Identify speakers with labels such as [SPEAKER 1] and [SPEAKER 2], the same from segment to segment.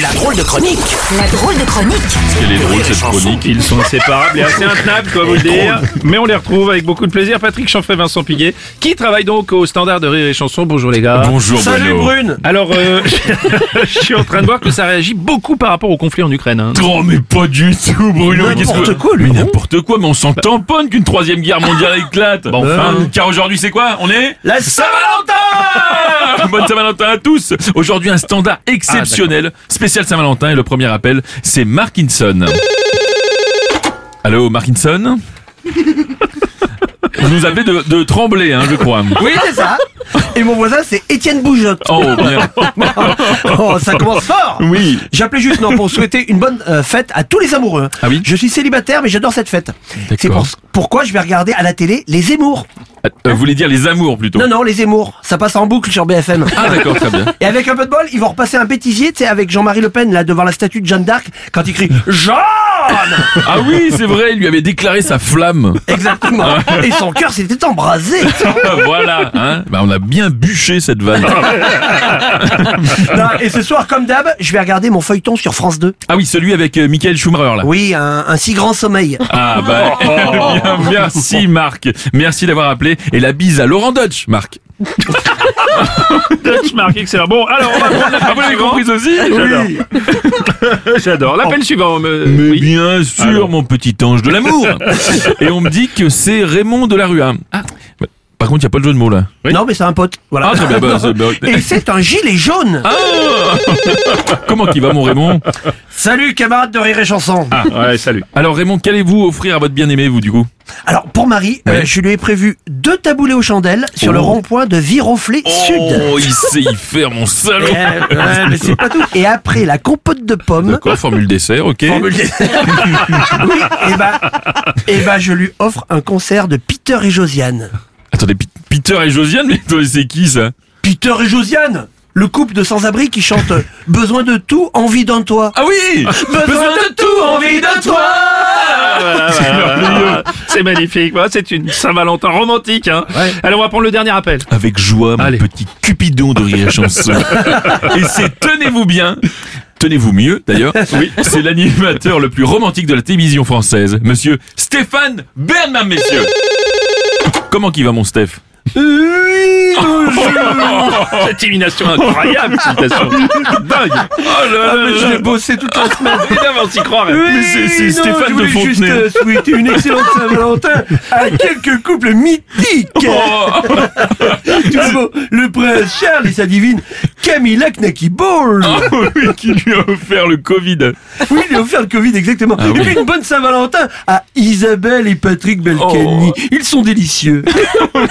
[SPEAKER 1] La drôle de chronique.
[SPEAKER 2] La drôle de chronique.
[SPEAKER 3] Elle est drôle cette chronique, ils sont inséparables et assez intenables, quoi vous le dire. Mais on les retrouve avec beaucoup de plaisir. Patrick Chanfray, Vincent Piguet, qui travaille donc au standard de rire et chanson. Bonjour les gars.
[SPEAKER 4] Bonjour Bruno.
[SPEAKER 3] Brune. Alors, euh, je suis en train de voir que ça réagit beaucoup par rapport au conflit en Ukraine. hein.
[SPEAKER 4] Oh mais pas du tout Bruno
[SPEAKER 5] N'importe
[SPEAKER 4] quoi lui N'importe quoi mais on s'en
[SPEAKER 5] Bah.
[SPEAKER 4] tamponne qu'une troisième guerre mondiale éclate
[SPEAKER 3] Bon, enfin.
[SPEAKER 4] Euh, Car aujourd'hui c'est quoi On est...
[SPEAKER 5] La
[SPEAKER 4] Saint-Valentin Bonne Saint-Valentin à tous Aujourd'hui un standard
[SPEAKER 5] Ah,
[SPEAKER 4] exceptionnel, spécial Saint-Valentin et le premier appel c'est Markinson. Allô Markinson Vous nous appelez de, de trembler hein, je crois.
[SPEAKER 5] Oui, c'est ça. Et mon voisin, c'est Étienne Bougeotte.
[SPEAKER 4] Oh merde.
[SPEAKER 5] Oh, ça commence fort.
[SPEAKER 4] Oui.
[SPEAKER 5] J'appelais juste non pour souhaiter une bonne euh, fête à tous les amoureux.
[SPEAKER 4] Ah oui
[SPEAKER 5] Je suis célibataire, mais j'adore cette fête.
[SPEAKER 4] D'accord.
[SPEAKER 5] C'est pour- pourquoi je vais regarder à la télé les Émours.
[SPEAKER 4] Euh, Vous voulez dire les amours plutôt
[SPEAKER 5] Non, non, les Émours. Ça passe en boucle sur BFM.
[SPEAKER 4] Ah d'accord très bien.
[SPEAKER 5] Et avec un peu de bol, ils vont repasser un bêtisier, tu sais, avec Jean-Marie Le Pen, là, devant la statue de Jeanne d'Arc, quand il crie Jeanne
[SPEAKER 4] Ah oui c'est vrai il lui avait déclaré sa flamme.
[SPEAKER 5] Exactement. Et son cœur s'était embrasé.
[SPEAKER 4] voilà, hein bah, on a bien bûché cette vanne.
[SPEAKER 5] Non, et ce soir, comme d'hab, je vais regarder mon feuilleton sur France 2.
[SPEAKER 4] Ah oui, celui avec euh, Michael Schumacher là.
[SPEAKER 5] Oui, un, un si grand sommeil.
[SPEAKER 4] Ah bah bien, merci Marc, merci d'avoir appelé et la bise à Laurent Dutch, Marc.
[SPEAKER 3] Dutch Mark, excellent. Bon, alors on va prendre
[SPEAKER 4] Ah vous
[SPEAKER 3] l'appel
[SPEAKER 4] l'avez
[SPEAKER 3] suivant.
[SPEAKER 4] compris aussi
[SPEAKER 3] J'adore. J'adore. L'appel suivant. euh,
[SPEAKER 4] Mais
[SPEAKER 3] oui.
[SPEAKER 4] bien sûr,
[SPEAKER 3] Alors.
[SPEAKER 4] mon petit ange de l'amour. et on me dit que c'est Raymond de la rue. hein. Bah, Par contre, il y a pas de jeu de mots là.
[SPEAKER 5] Non, mais c'est un pote. Voilà.
[SPEAKER 4] Ah très bien. bah, c'est- bah,
[SPEAKER 5] Et c'est un gilet jaune
[SPEAKER 4] ah, comment qu'il va mon Raymond
[SPEAKER 5] Salut camarades de Rire et Chanson
[SPEAKER 3] Ah, ouais, salut.
[SPEAKER 4] Alors Raymond, qu'allez-vous offrir à votre bien-aimé vous du coup
[SPEAKER 5] Alors pour Marie, euh, je lui ai prévu deux taboulés aux chandelles sur le rond-point de Viroflé Sud.
[SPEAKER 4] Oh, il sait y faire mon salaud.
[SPEAKER 5] Eh, ouais, mais c'est pas tout. Et après la compote de pommes,
[SPEAKER 4] D'accord, formule dessert, ok.
[SPEAKER 5] oui, et bah, et bah je lui offre un concert de Peter et Josiane.
[SPEAKER 4] Attendez, Pi- Peter et Josiane, mais toi, c'est qui ça
[SPEAKER 5] Peter et Josiane Le couple de sans-abri qui chante euh, Besoin de tout, envie d'un toi.
[SPEAKER 4] Ah oui
[SPEAKER 5] de tout, envie d'un toi
[SPEAKER 3] C'est merveilleux. C'est magnifique. Voilà, C'est une Saint-Valentin romantique. Hein. Alors on va prendre le dernier appel.
[SPEAKER 4] Avec joie, mon
[SPEAKER 3] Allez.
[SPEAKER 4] petit Cupidon de rire chanson. et c'est tenez-vous bien Tenez-vous mieux, d'ailleurs. Oui, c'est l'animateur le plus romantique de la télévision française, monsieur Stéphane Bernard, messieurs. Comment qu'il va, mon Steph
[SPEAKER 3] Cette élimination incroyable, citation. Dingue.
[SPEAKER 4] Ah
[SPEAKER 5] Je l'ai bossé toute la semaine
[SPEAKER 3] Évidemment, on s'y croirait.
[SPEAKER 4] Mais c'est- c'est
[SPEAKER 5] non,
[SPEAKER 4] Stéphane
[SPEAKER 5] je
[SPEAKER 4] de
[SPEAKER 5] voulais
[SPEAKER 4] Fontenay.
[SPEAKER 5] juste euh, souhaiter une excellente Saint-Valentin à quelques couples mythiques.
[SPEAKER 4] Oh,
[SPEAKER 5] Tout d'abord, le prince Charles et sa divine Camilla Knacky Ball.
[SPEAKER 4] oh, oui, qui lui a offert le Covid.
[SPEAKER 5] Oui, il a offert le Covid, exactement. et
[SPEAKER 4] Ah oui.
[SPEAKER 5] puis une bonne Saint-Valentin à Isabelle et Patrick Balkany.
[SPEAKER 4] Oh.
[SPEAKER 5] Ils sont délicieux.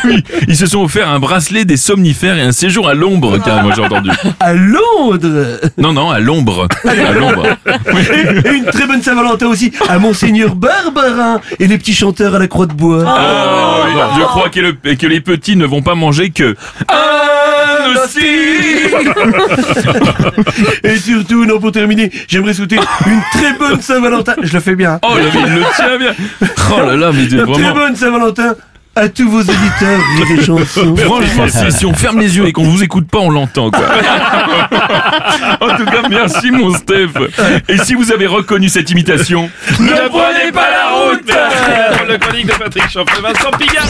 [SPEAKER 4] Oui, ils se sont offerts un bracelet des somnifères et un séjour à l'ombre, carrément, j'ai entendu.
[SPEAKER 5] À Londres.
[SPEAKER 4] Non, non, à l'ombre. À l'ombre.
[SPEAKER 5] Et une très bonne Saint-Valentin aussi à Monseigneur Barbarin et les petits chanteurs à la Croix de Bois.
[SPEAKER 4] Ah, oui, Je crois que, le- que les petits ne vont pas manger que un hostie.
[SPEAKER 5] Et surtout, non, pour terminer, j'aimerais souhaiter une très bonne Saint-Valentin. Je le fais bien. hein.
[SPEAKER 4] Oh là, mais il le tient bien. Oh là là, mais
[SPEAKER 5] Une Très
[SPEAKER 4] vraiment.
[SPEAKER 5] bonne Saint-Valentin à tous vos éditeurs Rire et chansons.
[SPEAKER 4] Franchement, si, si on ferme les yeux et qu'on vous écoute pas, on l'entend, quoi. en tout cas, merci, mon Steph. Et si vous avez reconnu cette imitation, ne prenez pas la route.
[SPEAKER 3] La drôle de chronique de Patrick Chanfray, Vincent Pigard.